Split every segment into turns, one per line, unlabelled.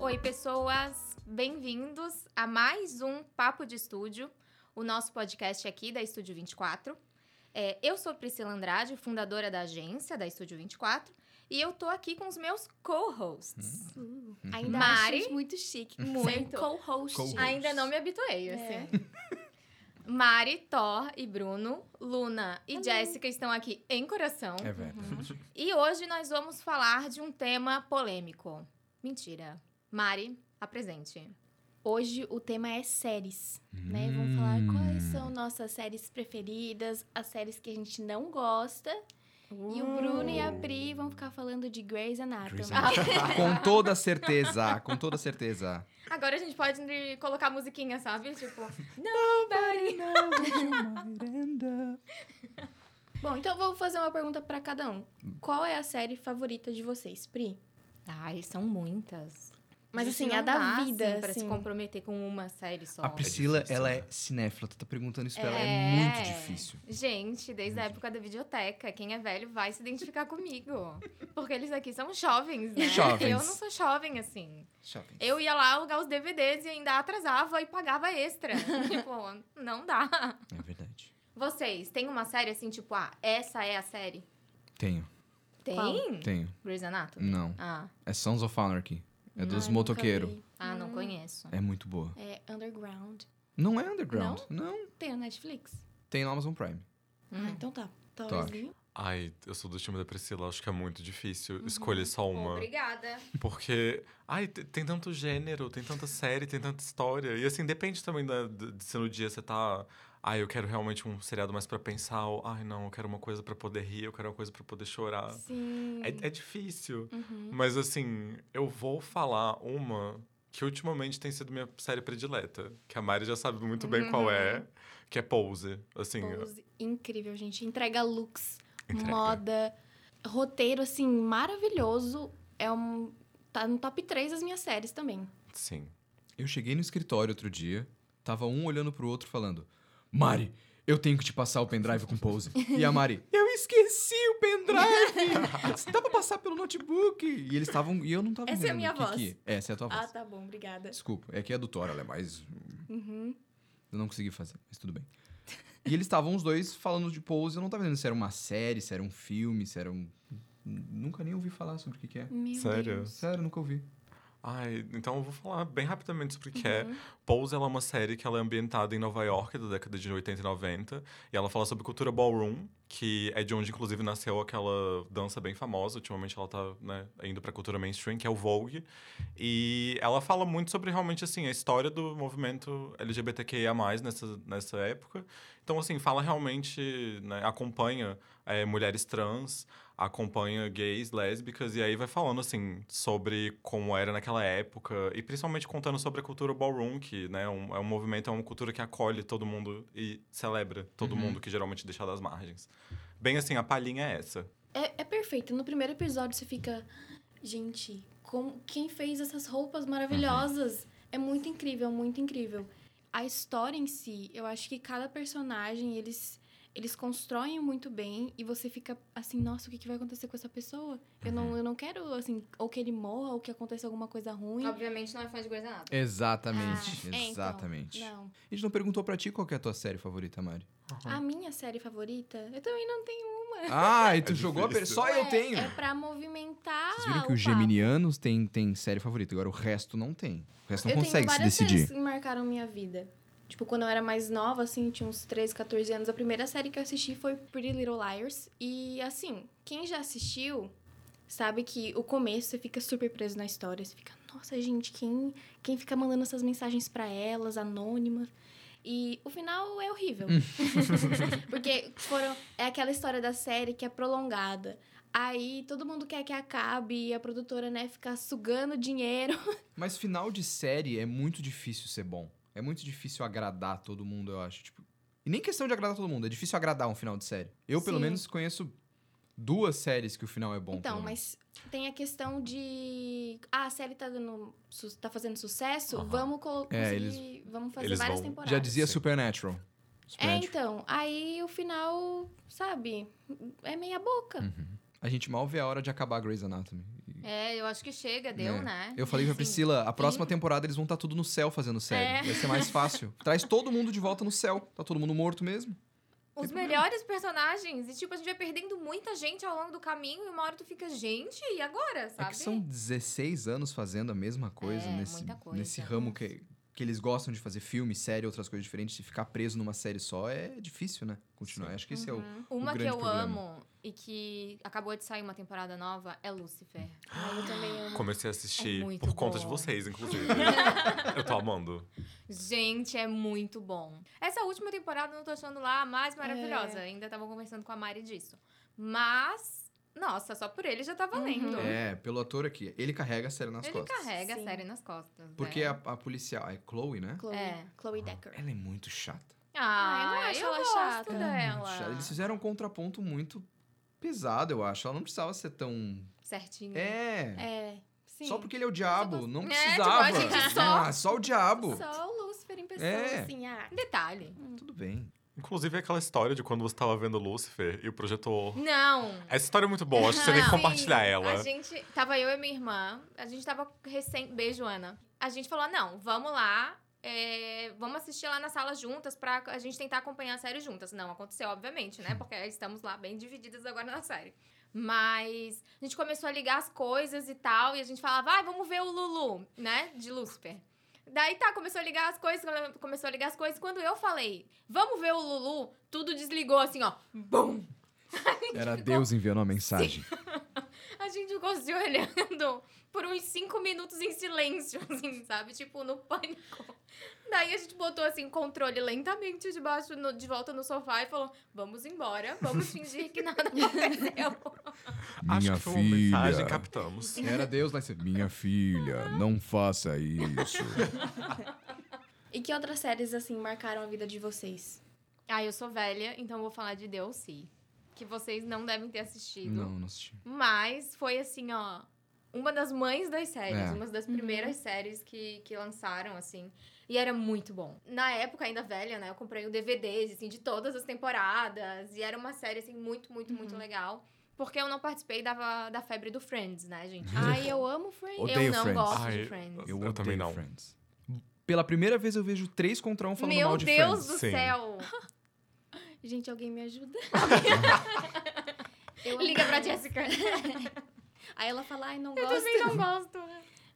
Oi, pessoas! Bem-vindos a mais um Papo de Estúdio, o nosso podcast aqui da Estúdio 24. É, eu sou Priscila Andrade, fundadora da agência da Estúdio 24, e eu tô aqui com os meus co-hosts.
Ainda
Mari.
acho muito chique.
Muito.
Muito. Co-host.
Hum, Co-host. Uhum.
Ainda não me habituei, assim. Mari, Thor e Bruno, Luna e Jéssica estão aqui em coração.
É verdade.
Uhum.
E hoje nós vamos falar de um tema polêmico. Mentira. Mari, apresente.
Hoje o tema é séries,
Uhum.
né? Vamos
Hum.
falar quais são nossas séries preferidas, as séries que a gente não gosta. E o Bruno e a Pri vão ficar falando de Grey's Anatomy.
Hum. Grey's Anatomy. com toda certeza, com toda certeza.
Agora a gente pode colocar a musiquinha, sabe? Tipo,
Bom, então eu vou fazer uma pergunta pra cada um. Qual é a série favorita de vocês, Pri?
ai, são muitas.
Mas
Gente,
assim, a
não
da
dá,
vida,
assim, pra se
assim.
comprometer com uma série só.
A Priscila,
difícil,
ela
né?
é cinéfila. Tu tá perguntando isso pra ela. É muito difícil.
Gente, desde a época da videoteca, quem é velho vai se identificar comigo. Porque eles aqui são jovens, né?
Jovens.
Eu não sou jovem assim.
Jovens.
Eu ia lá alugar os DVDs e ainda atrasava e pagava extra. tipo, não dá.
É verdade.
Vocês, tem uma série assim, tipo, ah, essa é a série?
Tenho,
Tem?
Qual?
tenho.
Grey's Anatomy?
Não.
Ah,
É Sons of Anarchy. É dos
Ai, nunca
motoqueiros.
vi.
ah não conheço.
É muito boa.
É Underground.
Não é underground. Não.
Tem a Netflix?
Tem no Amazon Prime.
Hum.
Ah, então tá. Talvez.
Top.
Ai, eu sou do time da Priscila, acho que é muito difícil
Uhum.
escolher só uma.
Obrigada.
Porque, ai, te- tem tanto gênero, tem tanta série, tem tanta história. E assim, depende também da, de de se no dia você tá. Ai, eu quero realmente um seriado mais pra pensar. ou, ai, não, eu quero uma coisa pra poder rir, eu quero uma coisa pra poder chorar.
Sim. Uhum.
É, é difícil. Mas assim, eu vou falar uma que ultimamente tem sido minha série predileta. Que a Mari já sabe muito bem qual é. Que é Pose. Assim,
Uhum. Pose. Incrível, gente. Entrega looks,
Entrega.
moda, roteiro, assim, maravilhoso. É um. Tá no top 3 das minhas séries também.
sim.
Eu cheguei no escritório outro dia, tava um olhando pro outro falando: Mari, eu tenho que te passar o pendrive com pose. E a Mari, eu esqueci o pendrive! Você dá pra passar pelo notebook! E eles estavam. E eu não tava
Essa é a
entendendo
minha
o que
voz.
que é. Essa é a tua
Ah,
voz.
tá bom, obrigada.
Desculpa, é que é do Thor, ela é mais.
Uhum.
Eu não consegui fazer, mas tudo bem. E eles estavam os dois falando de pose, eu não tava entendendo se era uma série, se era um filme, se era um. Nunca nem ouvi falar sobre o que, que é.
Meu
Sério?
Deus.
Sério, nunca ouvi.
Ai, então eu vou falar bem rapidamente sobre o que é. Pose ela é uma série que ela é ambientada em Nova York da década de 80 e 90. E ela fala sobre cultura ballroom, que é de onde, inclusive, nasceu aquela dança bem famosa. Ultimamente ela tá né, indo pra cultura mainstream, que é o Vogue. E ela fala muito sobre realmente assim, a história do movimento LGBTQIA, nessa, nessa época. Então, assim, fala realmente, né, acompanha é, mulheres trans, acompanha gays, lésbicas, e aí vai falando, assim, sobre como era naquela época, e principalmente contando sobre a cultura ballroom, que né, um- é um movimento, é uma cultura que acolhe todo mundo e celebra todo mundo que geralmente é deixado às margens. Bem assim, a palhinha é essa.
É, é perfeito. No primeiro episódio você fica. Gente, como... quem fez essas roupas maravilhosas? É muito incrível, muito incrível. A história em si, eu acho que cada personagem, eles. Eles constroem muito bem e você fica assim, nossa, o que, que vai acontecer com essa pessoa? Eu
Uhum.
não, eu não quero, assim, ou que ele morra, ou que aconteça alguma coisa ruim.
Obviamente não é fã de Grey's Anatomy.
É,
Exatamente,
então,
exatamente.
não.
A gente não perguntou pra ti qual que é a tua série favorita, Mari.
A minha série favorita, eu também não tenho.
Ah, e tu
É
jogou a per...
difícil.
Só eu
É-
tenho.
É pra movimentar.
Vocês viram que os
o papo.
geminianos têm tem série favorita, agora o resto não tem. O resto não
eu tenho
consegue se
várias
decidir.
séries que marcaram minha vida. Tipo, quando eu era mais nova, assim, tinha uns 13, 14 anos, a primeira série que eu assisti foi Pretty Little Liars. E, assim, quem já assistiu sabe que o começo você fica super preso na história. Você fica, nossa, gente, quem, quem fica mandando essas mensagens pra elas, anônimas? E o final é horrível. Porque foram, é aquela história da série que é prolongada. Aí todo mundo quer que acabe e a produtora, né, fica sugando dinheiro.
Mas final de série é muito difícil ser bom. É muito difícil agradar todo mundo, eu acho. Tipo, e nem questão de agradar todo mundo, é difícil agradar um final de série. Eu, pelo
Sim.
menos, conheço duas séries que o final é bom.
Então,
pelo menos.
mas tem a questão de. Ah, a série tá, dando, su- tá fazendo sucesso,
Aham.
vamos colocar.
É,
vamos fazer
eles
várias
vão-
temporadas.
Já dizia
Sim.
Supernatural.
É,
Supernatural. Hum,
então. Aí o final, sabe? É meia boca.
A gente mal vê a hora de acabar Grey's Anatomy. E-
É, eu acho que chega, deu,
É.
né?
Eu falei pra
Sim.
Priscila, a próxima temporada eles vão estar tudo no céu fazendo série.
É.
Vai ser mais fácil. Traz todo mundo de volta no céu. Tá todo mundo morto mesmo.
Os melhores personagens. E, tipo, a gente vai perdendo muita gente ao longo do caminho. E uma hora tu fica, gente, e agora,
É
sabe?
que são 16 anos fazendo a mesma coisa,
É,
nesse,
muita coisa.
nesse ramo que, que eles gostam de fazer filme, série, outras coisas diferentes. E ficar preso numa série só é difícil, né? Continuar.
Sim.
Acho que esse é o.
Uhum.
Uma que
grande
eu
problema.
amo e que acabou de sair uma temporada nova é Lucifer.
Ai, eu também amo.
Comecei a assistir
É muito
por conta de
bom.
vocês, inclusive. eu tô amando.
Gente, é muito bom. Essa última temporada eu não tô achando lá a mais
É.
maravilhosa. Ainda tava conversando com a Mari disso. Mas, nossa, só por ele já tá valendo.
Uhum.
É, pelo ator aqui. Ele carrega a série nas
Ele
costas.
carrega
Sim.
a série nas costas.
Porque
é.
a, a policial. É Chloe, né?
Chloe,
É.
Chloe Decker.
Ela é muito chata.
Ah, eu não
Ah,
acho
eu
ela
gosto
chata
dela.
dela.
Chata. Eles fizeram um contraponto muito pesado, eu acho. Ela não precisava ser tão.
Certinho.
É.
É, sim.
Só porque ele é o diabo, não
É,
precisava.
tipo, a gente só-
Ah, só o diabo.
Só o Lucifer em pessoa,
É.
assim, ah.
Detalhe.
Tudo bem.
Inclusive, aquela história de quando você tava vendo Lúcifer e o projetor.
Não.
Essa história é muito boa, acho que você tem que
Sim,
compartilhar ela.
A gente. Tava eu e minha irmã. A gente tava recém. Beijo, Ana. A gente falou: não, vamos lá. é, vamos assistir lá na sala juntas pra a gente tentar acompanhar a série juntas. Não aconteceu, obviamente, né? Porque estamos lá bem divididas agora na série. Mas a gente começou a ligar as coisas e tal. E a gente falava, vai, vamos ver o Lulu, né? De Lucifer. Daí tá, começou a ligar as coisas, come- começou a ligar as coisas. Quando eu falei, vamos ver o Lulu, tudo desligou assim, ó. Bum!
Era Deus enviando uma mensagem.
A gente ficou se olhando por uns cinco minutos em silêncio, assim, sabe? Tipo, no pânico. Daí a gente botou, assim, o controle lentamente debaixo, no- de volta no sofá e falou: vamos embora, vamos fingir que nada aconteceu.
Acho que foi uma mensagem, captamos.
Era Deus lá em cima. Minha filha, não faça isso.
E que outras séries, assim, marcaram a vida de vocês?
ah, eu sou velha, então vou falar de Deus, sim. Que vocês não devem ter assistido.
Não, não assisti.
Mas foi assim, ó. Uma das mães das séries,
É.
uma das primeiras séries que, que lançaram, assim. E era muito bom. Na época, ainda velha, né? Eu comprei o DVD, assim, de todas as temporadas. E era uma série, assim, muito, muito, muito legal. Porque eu não participei da, da febre do Friends, né, gente?
Ai, eu amo Friends.
Odeio
eu não
Friends.
gosto
Ai,
de Friends.
Eu também não.
Friends. Pela primeira vez eu vejo três contra um falando
Meu
mal de
Deus
Friends.
do
Sim.
céu!
Gente, alguém me ajuda? eu
Liga pra
amava.
Jessica.
Aí ela fala, ai, não
Eu
gosto.
também não gosto.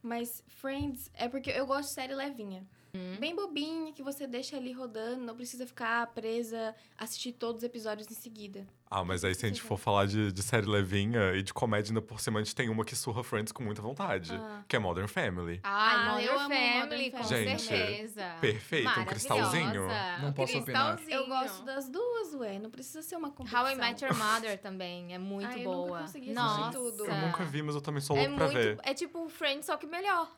Mas Friends é porque eu gosto de série levinha.
Uhum.
Bem bobinha, que você deixa ali rodando, não precisa ficar presa, assistir todos os episódios em seguida.
Ah, mas aí se a gente for falar de, de série levinha e de comédia ainda por cima, a gente tem uma que surra Friends com muita vontade,
Ah.
que é Modern Family.
Ai,
Ah,
Modern
eu amo
Family,
Modern
com
Family. Gente,
Ah,
certeza.
perfeito, um cristalzinho.
Maravilhosa.
Não posso opinar.
Cristalzinho.
Eu gosto das duas, ué. Não precisa ser uma competição.
How I Met Your Mother também é muito
Ai, eu nunca
boa.
consegui assistir
Nossa,
tudo.
Eu nunca vi, mas eu também sou
É
louco pra
muito,
ver.
é tipo Friends só que melhor.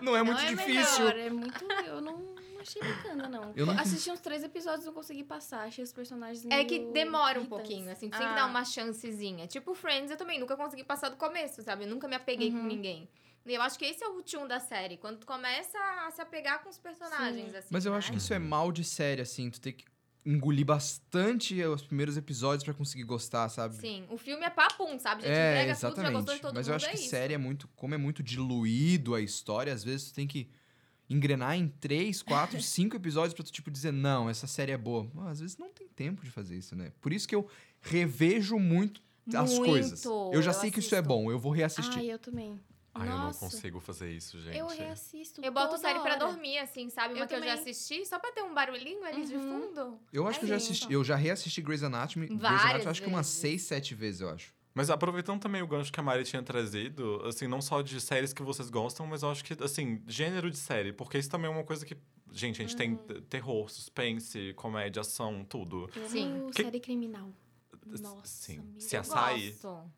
Não é
Não
muito
é
difícil.
melhor, é muito... Eu não não achei bacana, não.
Eu não-
Assisti uns três episódios e não consegui passar. Achei os personagens
É
meio
que demora um
Uh, irritantes.
pouquinho, assim, tu tem que
Ah.
dar uma chancezinha. Tipo Friends, eu também nunca consegui passar do começo, sabe? Eu nunca me apeguei
Uhum.
com ninguém. E eu acho que esse é o tchum da série, quando tu começa a se apegar com os personagens, assim.
Mas eu
né?
acho que isso é mal de série, assim. Tu tem que engolir bastante os primeiros episódios pra conseguir gostar, sabe?
Sim, o filme é papum, sabe? A gente
É,
entrega tudo, já
exatamente.
gostou de todo
Mas
mundo,
eu acho
é
que
isso.
série é muito. Como é muito diluído a história, às vezes tu tem que engrenar em três, quatro, cinco episódios pra tu, tipo, dizer, não, essa série é boa. Mas, às vezes não tem tempo de fazer isso, né? Por isso que eu revejo muito, as
Muito,
coisas. Eu já sei que isso é
assisto.
bom, eu vou reassistir.
Ai, eu também.
Ai, eu não
Nossa,
consigo fazer isso, gente. é.
eu reassisto
Eu boto
toda
série pra
hora.
dormir, assim, sabe? Uma
Eu
que eu já
também.
assisti, só pra ter um barulhinho ali de
Uhum.
fundo.
eu acho
Ai,
que eu já
gente.
assisti, eu já reassisti Grey's Anatomy. Grey's
Várias
Anatomy, eu acho que umas
vezes.
seis, sete vezes, eu acho.
Mas aproveitando também o gancho que a Mari tinha trazido, assim, não só de séries que vocês gostam, mas eu acho que, assim, gênero de série. Porque isso também é uma coisa que, gente, a gente
Uhum.
tem t- terror, suspense, comédia, ação, tudo.
Eu
Sim.
amo
Que-
série criminal.
S-
Nossa,
sim. né,
amiga.
Se
Eu
Eu
açaí,
gosto.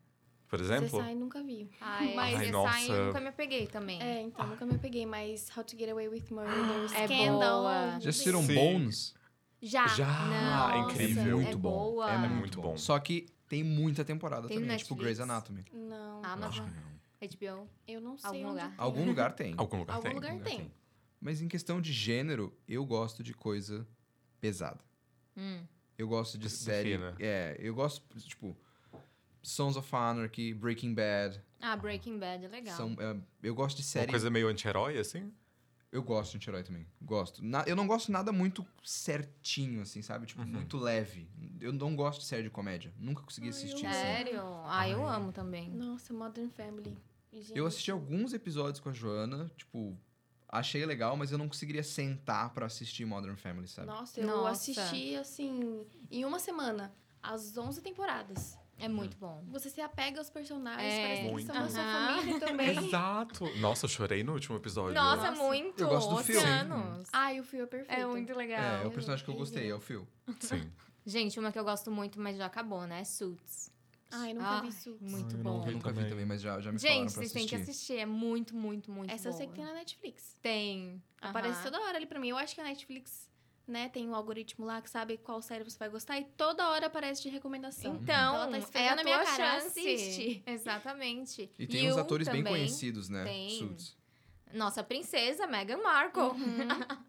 por
Você
exemplo.
sai, nunca vi.
Ai,
Mas-
mas
Ai,
essa
nossa.
aí eu nunca me apeguei também.
É, então nunca me peguei, mas How to Get Away with Murder,
É
Scandal.
boa.
Já assistiram
Sim.
Bones?
Já.
Já,
Não.
é incrível.
É
Ah, muito bom.
boa.
É muito,
muito
bom.
bom.
Só que tem muita temporada
Tem no
também, tipo Grey's
Netflix.
Anatomy.
Não,
Amazon, HBO,
eu não sei
um Ah, algum
onde
lugar.
tem.
Algum lugar tem.
Algum lugar
Algum
tem.
lugar
Lugar
tem.
tem. Mas em questão de gênero, eu gosto de coisa pesada.
Hum.
Eu gosto de
Defina.
série. É, eu gosto, tipo. Sons of Anarchy, Breaking Bad.
Ah, Breaking Bad é legal.
São, é, eu gosto de
Uma
série.
coisa meio anti-herói, assim?
Eu gosto de anti-herói também. Gosto. Na- eu não gosto de nada muito certinho, assim, sabe? Tipo,
Uhum.
muito leve. Eu não gosto de série de comédia. Nunca consegui
Ai, eu
assistir.
amo.
assim.
Sério? Ah, eu amo também.
Nossa, Modern Family. Gente.
Eu assisti alguns episódios com a Joana, tipo, achei legal, mas eu não conseguiria sentar pra assistir Modern Family, sabe?
Nossa, eu
Nossa.
assisti, assim, em uma semana, as 11 temporadas.
É muito bom.
Você se apega aos personagens,
É.
parece que eles são
Muito.
da sua
Aham.
família também.
Exato! Nossa, eu chorei no último episódio.
Nossa, é
Nossa.
muito.
Eu gosto do filme.
Oceanos.
Ai, o fio é perfeito.
É muito
É, é
legal.
o personagem que eu gostei, é o Phil.
Sim.
Gente, uma que eu gosto muito, mas já acabou, né? Suits.
Ai, nunca
Ai,
vi
Ah,
isso.
Muito
eu não
bom.
vi.
Eu nunca vi
também.
também, mas já, já me
Gente,
falaram pra
vocês
assistir.
têm que assistir. É muito, muito, muito
Essa eu sei que tem
boa.
na Netflix.
Tem.
Aparece
Aham.
toda hora ali pra mim. Eu acho que a Netflix, né, tem um algoritmo lá que sabe qual série você vai gostar e toda hora aparece de recomendação.
Então,
Ela tá
é a tua
esfregando na minha cara,
chance.
assiste.
Exatamente.
E tem uns
um
atores bem
também.
conhecidos, né?
tem.
Suits.
Nossa princesa, Meghan Markle.
Uhum.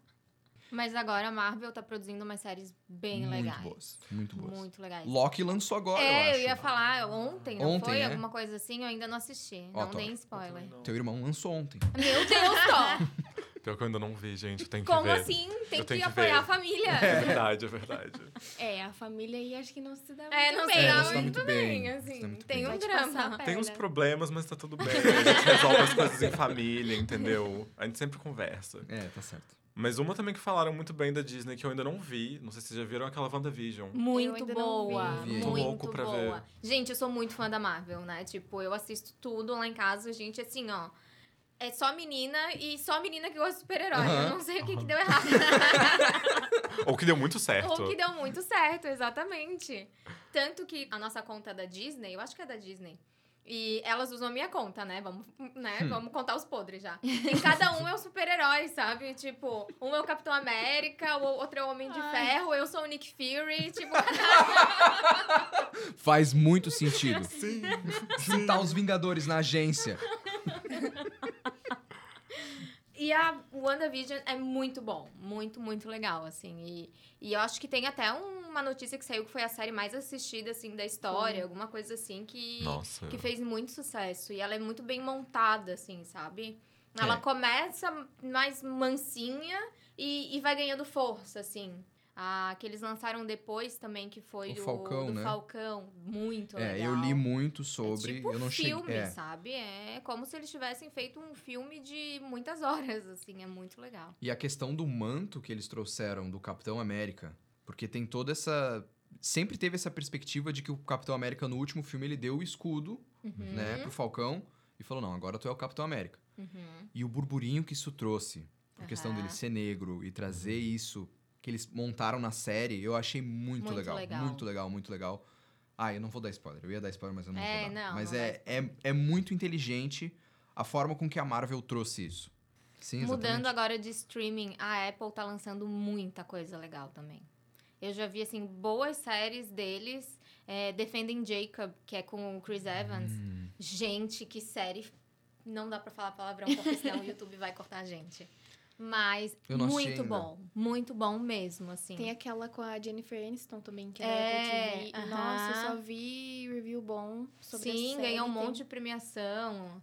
Mas agora a Marvel tá produzindo umas séries bem
muito
legais.
boas. Muito boas.
Muito legais.
Loki lançou agora, eu
é,
acho.
eu, ia falar ontem, não
Ontem,
foi?
né?
Alguma coisa assim, eu ainda não assisti.
Ó,
não
top.
deem spoiler.
Teu irmão lançou ontem.
Meu Deus, Tó!
Pior que eu ainda não vi, gente. Tem que
Como
ver.
assim? Tem
Eu
que,
tenho que
apoiar
ver.
a família.
É verdade, é verdade.
É, a família aí acho que não se dá
É,
muito
não
bem.
sei,
É,
dá
não se dá
muito
muito
bem,
bem, não se
assim.
dá muito
tem
bem.
um
Vai te
drama.
passar a
Tem uns
perna.
problemas, mas tá tudo bem. A gente resolve as coisas em família, entendeu? A gente sempre conversa.
É, tá certo.
Mas uma também que falaram muito bem da Disney, que eu ainda não vi. Não sei se vocês já viram é aquela WandaVision.
Eu
Muito
ainda não vi.
boa,
Vi.
muito
Tô
louco pra
boa. Gente, eu sou muito fã da Marvel, né? Tipo, eu assisto tudo lá em casa, gente, assim, ó. É só menina e só menina que gosta de super-herói. Eu
Aham.
não sei o que, que deu errado.
Ou que deu muito certo.
Ou Oh, que deu muito certo, exatamente. Tanto que a nossa conta da Disney, eu acho que é da Disney. E elas usam a minha conta, né? Vamos, né? Vamos contar os podres já. E cada um é um super-herói, sabe? Tipo, um é o Capitão América, o outro é o Homem de
Ai.
Ferro, eu sou o Nick Fury. Tipo,
Faz muito sentido. Sim. Juntar os Vingadores na agência.
E a WandaVision é muito bom. Muito, muito legal, assim. E, e eu acho que tem até um- uma notícia que saiu que foi a série mais assistida, assim, da história. Alguma coisa assim que,
Nossa.
que fez muito sucesso. E ela é muito bem montada, assim, sabe? Ela
É.
começa mais mansinha e, e vai ganhando força, assim. Ah, que eles lançaram depois também, que foi
O
o,
Falcão,
do
né?
Falcão. Muito
é,
legal.
eu li muito
É
sobre.
tipo
eu não
filme,
cheguei. É.
sabe? É como se eles tivessem feito um filme de muitas horas, assim, é muito legal.
E a questão do manto que eles trouxeram do Capitão América, porque tem toda essa sempre teve essa perspectiva de que o Capitão América no último filme ele deu o escudo, né, pro Falcão e falou não, agora tu é o Capitão América.
Uhum.
E o burburinho que isso trouxe, por questão
Aham.
dele ser negro e trazer isso que eles montaram na série, eu achei muito,
Muito
legal,
legal.
muito legal, muito legal. Ah, eu não vou dar spoiler. Eu ia dar spoiler, mas eu não
É,
vou dar.
não,
mas
não dá
é, é é muito inteligente a forma com que a Marvel trouxe isso. Sim,
Mudando
exatamente.
agora de streaming, a Apple tá lançando muita coisa legal também. Eu já vi, assim, boas séries deles. É, Defending Jacob, que é com o Chris Evans.
Hum.
Gente, que série. Não dá pra falar palavrão, porque senão o YouTube vai cortar a gente. Mas
Eu não assisti
muito
ainda.
bom. Muito bom mesmo, assim.
Tem aquela com a Jennifer Aniston também, que é,
É,
da Apple TV. Nossa, eu
aham.
só vi review bom sobre a
Sim,
série.
ganhou um
Tem-
monte de premiação.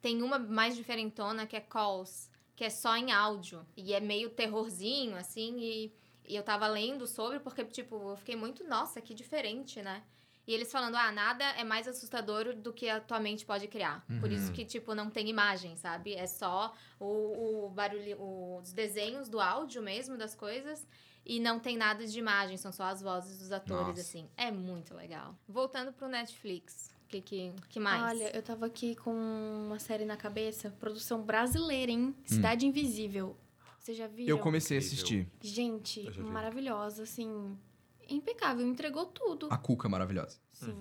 Tem uma mais diferentona que é Calls, que é só em áudio. E é meio terrorzinho, assim. E, e eu tava lendo sobre, porque, tipo, eu fiquei muito, nossa, que diferente, né? E eles falando, ah, nada é mais assustador do que a tua mente pode criar. Por isso
Uhum.
que, tipo, não tem imagem, sabe? É só o, o barulho, os desenhos do áudio mesmo das coisas. E não tem nada de imagem, são só as vozes dos atores,
Nossa.
assim. É muito legal. Voltando pro Netflix, o que, que, que mais?
Olha, eu tava aqui com uma série na cabeça, produção brasileira, hein? Cidade
Hum.
Invisível. Você já viu?
Eu comecei a
Incrível.
assistir.
Gente,
Eu já vi.
maravilhosa, assim. Impecável, entregou tudo.
A Cuca maravilhosa.
Sim.
Uhum.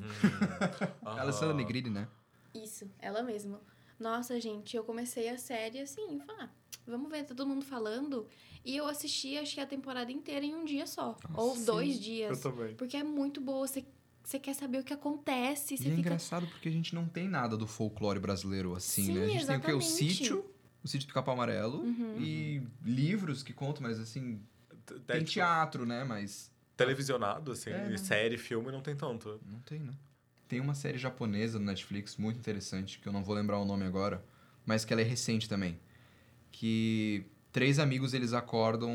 Ah.
Alessandra Negrini, né?
Isso, ela mesma. Nossa, gente, eu comecei a série assim, falar, "Ah, vamos ver todo mundo falando. E eu assisti, acho que a temporada inteira em um dia só. ou
sim.
dois dias.
também.
Porque é muito boa, você, você quer saber o que acontece,
E
você
é
fica.
engraçado porque a gente não tem nada do folclore brasileiro assim,
Sim,
né? A gente tem o quê? O
exatamente.
sítio, o sítio do Capão Amarelo e livros que contam, mas assim, tem teatro, né? Mas
televisionado, assim,
É, né?
série, filme, não tem tanto.
não tem, né? Tem uma série japonesa no Netflix muito interessante, que eu não vou lembrar o nome agora, mas que ela é recente também. Que três amigos eles acordam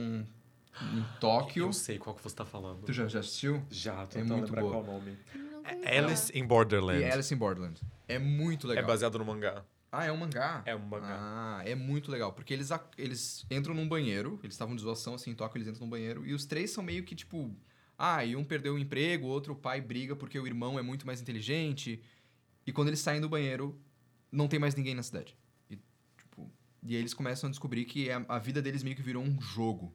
em Tóquio.
Eu sei qual que você tá falando.
Tu já, já assistiu?
Já, tô
É
tentando
muito
lembrar
boa.
qual o nome.
Não vou
É Alice in
E
Borderland.
Alice in Borderland. É muito
É
legal.
baseado no mangá.
Ah, é um mangá?
É um mangá.
Ah, é muito legal. Porque eles, ac- eles entram num banheiro, eles estavam de zoação, assim, em Tóquio, eles entram num banheiro, e os três são meio que, tipo... Ah, e um perdeu o emprego, o outro o pai briga porque o irmão é muito mais inteligente. E quando eles saem do banheiro, não tem mais ninguém na cidade. E, tipo, e aí eles começam a descobrir que é, a, a vida deles meio que virou um jogo.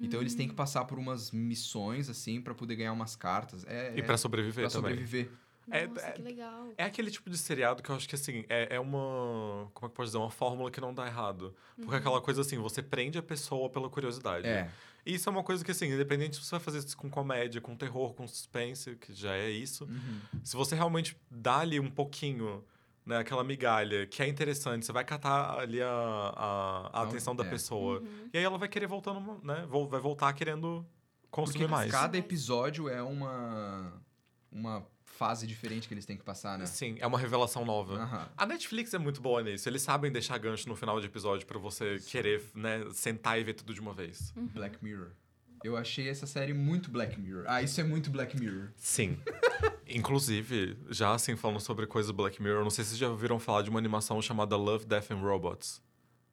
Então eles têm que passar por umas missões, assim, pra poder ganhar umas cartas. É,
E
é
pra sobreviver
pra
também.
sobreviver.
É-
Nossa,
é-
que legal.
É aquele tipo de seriado que eu acho que, assim, é, é uma... Como é que pode dizer? Uma fórmula que não dá errado. Porque
Uhum.
é aquela coisa, assim, você prende a pessoa pela curiosidade.
É.
E isso é uma coisa que, assim, independente se você vai fazer isso com comédia, com terror, com suspense, que já é isso.
Uhum.
Se você realmente dá ali um pouquinho, né, aquela migalha, que é interessante, você vai catar ali a, a, a
Não,
atenção da
é.
pessoa.
Uhum.
E aí ela vai querer voltando, né? vol- Vai voltar querendo consumir
Porque
mais.
cada episódio é uma uma fase diferente que eles têm que passar, né?
Sim, é uma revelação nova.
Aham.
A Netflix é muito boa nisso. Eles sabem deixar gancho no final de episódio pra você querer, né, sentar e ver tudo de uma vez.
Uhum.
Black Mirror. Eu achei essa série muito Black Mirror. Ah, isso é muito Black Mirror.
Sim. Inclusive, já assim, falando sobre coisas do Black Mirror, não sei se vocês já ouviram falar de uma animação chamada Love, Death and Robots.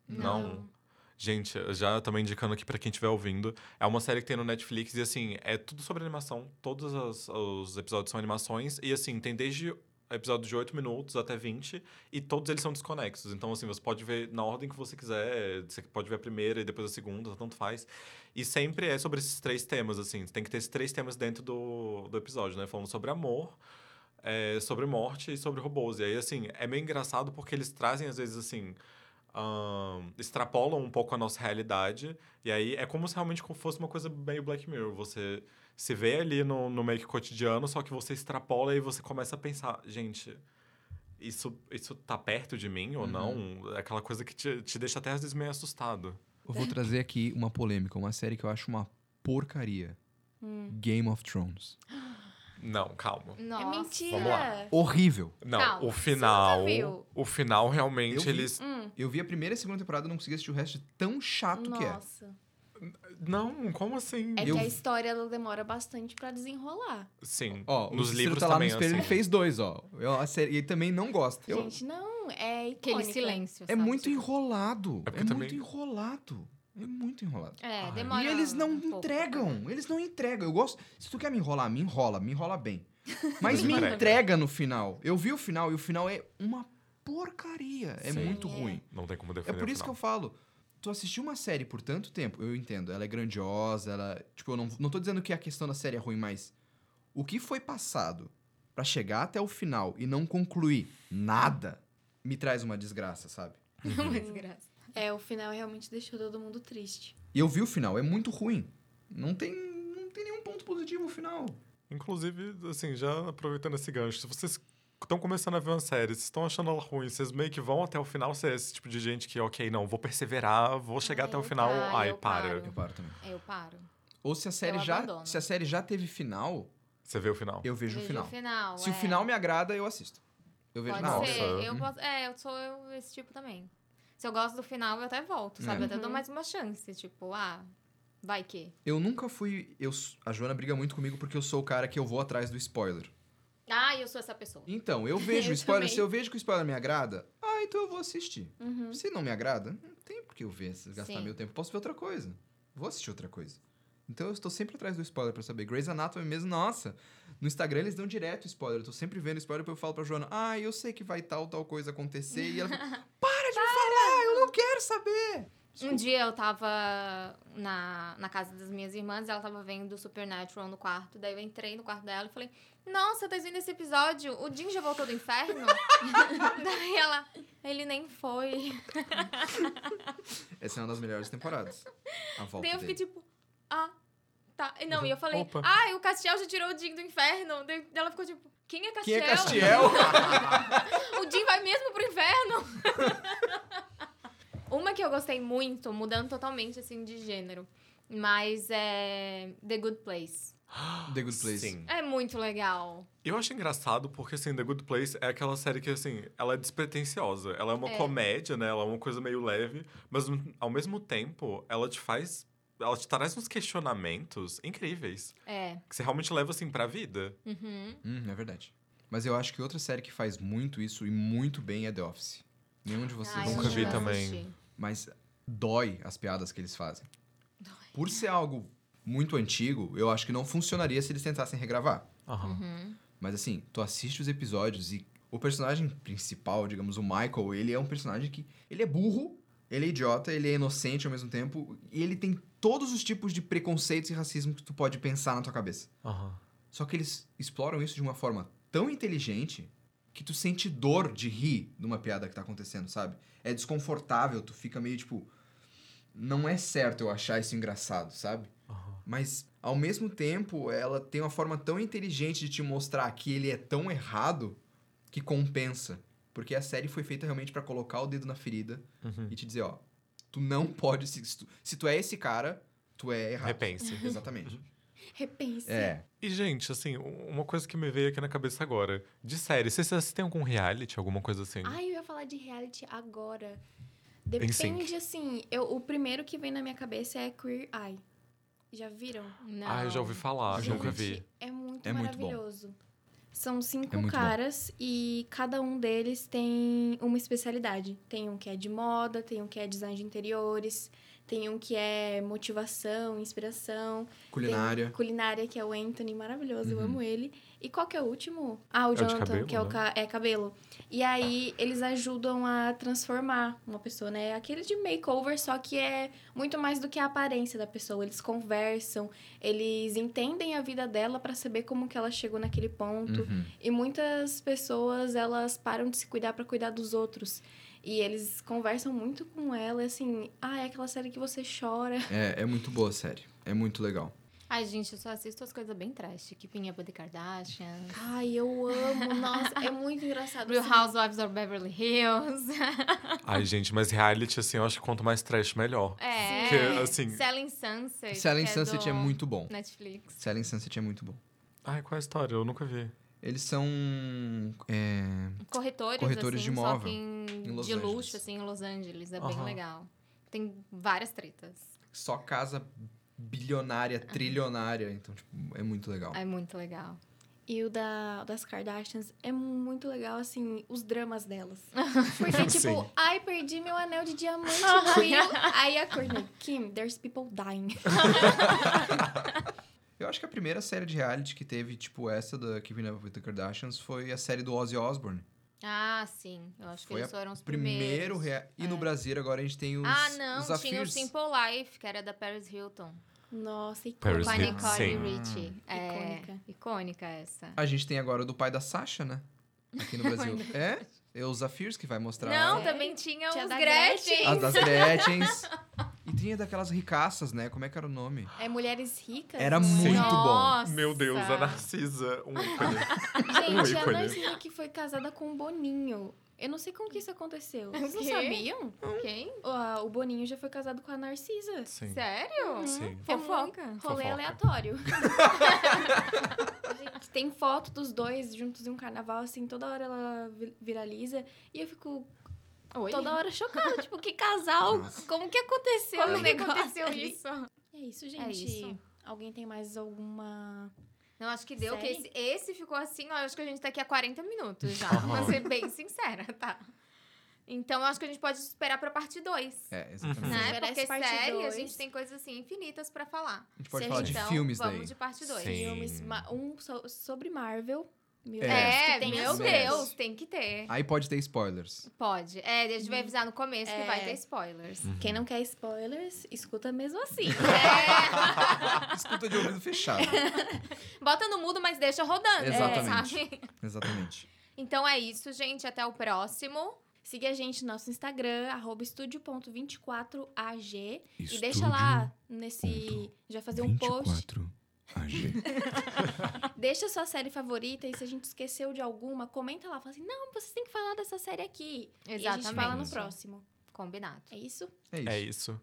Não.
Gente, já também indicando aqui pra quem estiver ouvindo, é uma série que tem no Netflix e assim, é tudo sobre animação. Todos as- os episódios são animações e assim, tem desde episódios de 8 minutos até 20 e todos eles são desconexos. Então assim, você pode ver na ordem que você quiser, você pode ver a primeira e depois a segunda, tanto faz. E sempre é sobre esses três temas, assim, tem que ter esses três temas dentro do, do episódio, né? Falando sobre amor, é, sobre morte e sobre robôs. E aí, assim, é meio engraçado porque eles trazem, às vezes, assim. ahn, extrapolam um pouco a nossa realidade. E aí é como se realmente co- fosse uma coisa meio Black Mirror. Você se vê ali no, no meio que cotidiano, só que você extrapola e você começa a pensar, gente. Isso, isso tá perto de mim ou não? É Aquela coisa que te, te deixa até às vezes meio assustado.
Eu vou trazer aqui uma polêmica, uma série que eu acho uma porcaria.
Hum.
Game of Thrones.
Não, calma.
Nossa.
É mentira.
Vamos lá.
Horrível.
Não,
Calma,
o
você
final.
nunca viu.
O final
Eu
realmente
vi.
eles.
Hum,
Eu vi a primeira e a segunda temporada e não consegui assistir o resto de tão chato que é.
nossa.
Não, como assim?
É
Eu-
que a história ela demora bastante pra desenrolar.
Sim.
Ó, o
nos
Cícero
livros
tá lá
também
no
é
espelho,
assim.
ele fez dois, ó. Eu, a série, ele também não gosta. Eu-
Gente, não, é
Aquele
icônica.
silêncio.
é
sabe? Tipo,
muito enrolado.
É
É,
porque
muito
também-
enrolado. É muito enrolado.
É,
Ai.
demora.
E eles não
um pouco.
entregam. Eles não entregam. Eu gosto. Se tu quer me enrolar, me enrola, me enrola bem. Mas me
Me entrega.
entrega no final. Eu vi o final e o final é uma porcaria. É
Sim.
muito
É.
ruim.
Não tem como
É
defender.
por isso
o
que eu
final.
falo. Tu assistiu uma série por tanto tempo, eu entendo, ela é grandiosa, ela. Tipo, eu não, não tô dizendo que a questão da série é ruim, mas o que foi passado pra chegar até o final e não concluir nada me traz uma desgraça, sabe?
Mas graça.
É, o final realmente deixou todo mundo triste.
E eu vi o final, é muito ruim. Não tem, não tem nenhum ponto positivo o final.
Inclusive, assim, já aproveitando esse gancho, se vocês estão começando a ver uma série, vocês estão achando ela ruim, vocês meio que vão até o final, você é esse tipo de gente que, ok, não, vou perseverar, vou chegar
Ai,
até o
eu
final,
paro,
ai,
É, tá, Ah, eu
para.
paro.
Eu paro também.
Eu paro.
Ou se a série
Eu
já,
abandono.
se a série já teve final,
Você vê o final.
eu vejo o
Vejo
final.
final.
Se o
é.
final me agrada, eu assisto. Eu vejo
Pode
na hora.
ser.
Nossa.
Eu posso, é, eu sou eu- esse tipo também. Se eu gosto do final, eu até volto, sabe?
É.
Eu até dou
Uhum.
mais uma chance. Tipo, ah, vai que.
Eu nunca fui. Eu, s- a Joana briga muito comigo porque eu sou o cara que eu vou atrás do spoiler.
Ah, eu sou essa pessoa.
Então, eu vejo o
Eu
spoiler.
também.
Se eu vejo que o spoiler me agrada, ah, então eu vou assistir.
Uhum.
Se não me agrada, não tem por que eu ver, se gastar
Sim.
meu tempo. Posso ver outra coisa. Vou assistir outra coisa. Então eu estou sempre atrás do spoiler pra saber. Grey's Anatomy mesmo, nossa. No Instagram eles dão direto spoiler. Eu tô sempre vendo spoiler, porque eu falo pra Joana, ah, eu sei que vai tal, tal coisa acontecer. E ela fica, para de me falar, eu não quero saber.
Um dia eu tava na, na casa das minhas irmãs, ela tava vendo Supernatural no quarto, daí eu entrei no quarto dela e falei, nossa, tá vendo esse episódio? O Jim já voltou do inferno? daí ela, ele nem foi.
Essa é uma das melhores temporadas. A volta
daí eu fiquei
dele.
tipo, ah, tá. E Não, e eu falei,
Opa.
ah, e o Castiel já tirou o Jim do inferno. Daí ela ficou tipo, quem é
Quem
Castiel?
é Castiel?
O Jim vai mesmo pro inferno? Uma que eu gostei muito, mudando totalmente assim de gênero, mas é The Good Place.
The Good Place.
Sim.
É muito legal.
Eu acho engraçado porque, assim, The Good Place é aquela série que, assim, ela é despretensiosa. Ela é uma
É.
comédia, né? Ela é uma coisa meio leve, mas ao mesmo tempo, ela te faz. Ela te traz uns questionamentos incríveis.
É.
Que você realmente leva, assim, pra vida.
Uhum.
Hum, é verdade. Mas eu acho que outra série que faz muito isso e muito bem é The Office. Nenhum de vocês
Ai,
Nunca
eu
vi
já
também.
assisti.
Mas dói as piadas que eles fazem. Por ser algo muito antigo, eu acho que não funcionaria se eles tentassem regravar.
Uhum.
Mas assim, tu assiste os episódios e o personagem principal, digamos, o Michael, ele é um personagem que. Ele é burro, ele é idiota, ele é inocente ao mesmo tempo, e ele tem todos os tipos de preconceitos e racismo que tu pode pensar na tua cabeça.
Aham.
Só que eles exploram isso de uma forma tão inteligente que tu sente dor de rir de uma piada que tá acontecendo, sabe? É desconfortável, tu fica meio tipo. Não é certo eu achar isso engraçado, sabe?
Aham.
Mas, ao mesmo tempo, ela tem uma forma tão inteligente de te mostrar que ele é tão errado que compensa. Porque a série foi feita realmente pra colocar o dedo na ferida
Uhum.
e te dizer, ó, tu não pode. Se, se tu, se tu é esse cara, tu é errado.
Repense.
Exatamente.
Repense.
é.
E, gente, assim, um- uma coisa que me veio aqui na cabeça agora. De série, vocês assistem algum reality, alguma coisa assim?
Ai, eu ia falar de reality agora.
Em
Depende,
sync.
assim. Eu, o primeiro que vem na minha cabeça é Queer Eye. Já viram?
Não.
Ah, eu já ouvi falar,
Já
nunca
Gente,
vi.
É muito
É muito bom.
maravilhoso. São cinco
É muito bom.
caras e cada um deles tem uma especialidade. Tem um que é de moda, tem um que é design de interiores, tem um que é motivação, inspiração. tem
Culinária.
culinária, que é o Anthony, maravilhoso, eu
Uhum.
amo ele. E qual que é o último? Ah, o
de
Jonathan,
cabelo,
que é o
né?
ca- é cabelo. E aí eles ajudam a transformar uma pessoa, né? Aquele de makeover, só que é muito mais do que a aparência da pessoa. Eles conversam, eles entendem a vida dela pra saber como que ela chegou naquele ponto.
Uhum.
E muitas pessoas, elas param de se cuidar pra cuidar dos outros. E eles conversam muito com ela, assim, ah, é aquela série que você chora.
É, é muito boa a série. É muito legal.
Ai, gente, eu só assisto as coisas bem trash. Que pinha de Kardashian.
Ai, eu amo, nossa, é muito engraçado.
Real
assim.
Housewives of Beverly Hills.
Ai, gente, mas reality, assim, eu acho que quanto mais trash, melhor.
É.
Que, assim-
Selling Sunset.
Selling
que é
Sunset
do
é muito bom.
Netflix.
Selling Sunset é muito bom.
Ai, qual é a história? Eu nunca vi.
Eles são. é,
Corretores,
Corretores
assim,
de
Só que
imóvel,
em-
Los
de
Angeles.
luxo, assim, em Los Angeles. É bem
Aham.
legal. Tem várias tretas.
só casa bilionária, trilionária. Então, tipo, é muito legal.
É muito legal.
E o da, o das Kardashians é muito legal, assim, os dramas delas. Porque, tipo,
Sim.
ai, perdi meu anel de diamante no Will. Aí a Courtney, Kim, there's people dying.
Eu acho que a primeira série de reality que teve, tipo, essa da Keeping Up With The Kardashians foi a série do Ozzy Osbourne.
Ah, sim. Eu acho
Foi
que
a
eles foram os
Primeiro
primeiros.
rea... E no Brasil agora a gente tem os
é. ah, não.
os
tinha o
Zafirs.
Simple Life, que era da Paris Hilton.
Nossa, e
Paris
Com a
Hilton.
Nicole
Courtney.
Sim.
Hum.
Richie. É,
Icônica.
icônica essa.
A gente tem agora o do pai da Sasha, né? Aqui no Brasil. é? É os Zafirs que vai mostrar
Não,
Sério?
também tinha
Tinha
os
da
Gretchen.
Gretchen.
as das Gretchens. e tinha daquelas ricaças, né? Como é que era o nome?
É mulheres ricas.
Era
não é?
muito
Nossa.
Meu Deus, a Narcisa. Um ícone. um
Gente, a
ícone.
Narcisa que foi casada com o Boninho. Eu não sei como que isso aconteceu. Vocês não
quê?
sabiam?
Quem?
O, a- o Boninho já foi casado com a Narcisa.
Sim.
Sério?
Sim.
Fofoca.
Um Rolê
Fofoca.
aleatório. Gente, tem foto dos dois juntos em um carnaval, assim, toda hora ela vi- viraliza. E eu fico
Oi?
toda hora chocada. tipo, que casal?
Nossa.
Como que aconteceu?
Como
o
que
negócio
aconteceu
ali?
isso?
É isso, gente.
É isso.
Alguém tem mais alguma.
Não, acho que deu, que
Sério?
esse, esse ficou assim, ó, eu acho que a gente tá aqui há 40 minutos já,
Aham.
pra ser bem sincera, tá? Então, eu acho que a gente pode esperar pra parte 2,
É, exatamente.
Uhum.
né?
Espera
Porque
essa parte
série, a
dois.
gente tem coisas assim, infinitas pra falar.
A gente pode
Se a
falar
gente-
de
então,
filmes
vamos
daí.
de parte 2.
Sim.
Filmes, ma- um so- sobre Marvel. Meu Deus,
É,
que tem
meu
as
séries.
Deus, tem que ter.
Aí pode ter spoilers.
Pode. É, a gente vai avisar no começo que
É.
vai ter spoilers.
Hum.
Quem não quer spoilers, escuta mesmo assim.
Escuta de ouvido fechado.
É. Bota no mudo, mas deixa rodando. né,
Exatamente.
sabe?
Exatamente.
Então é isso, gente. Até o próximo.
Siga a gente no nosso Instagram, arroba estúdio.24ag. E deixa lá nesse. Já fazer um post. Deixa a sua série favorita e se a gente esqueceu de alguma, comenta lá. Fala assim: não, vocês têm que falar dessa série aqui. E a
Exatamente.
gente fala no próximo.
Combinado.
É isso?
É isso.
É isso.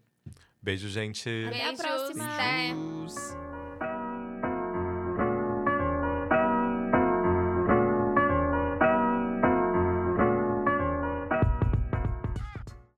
Beijo, gente.
Até a
Beijos,
próxima.
até.
Beijos.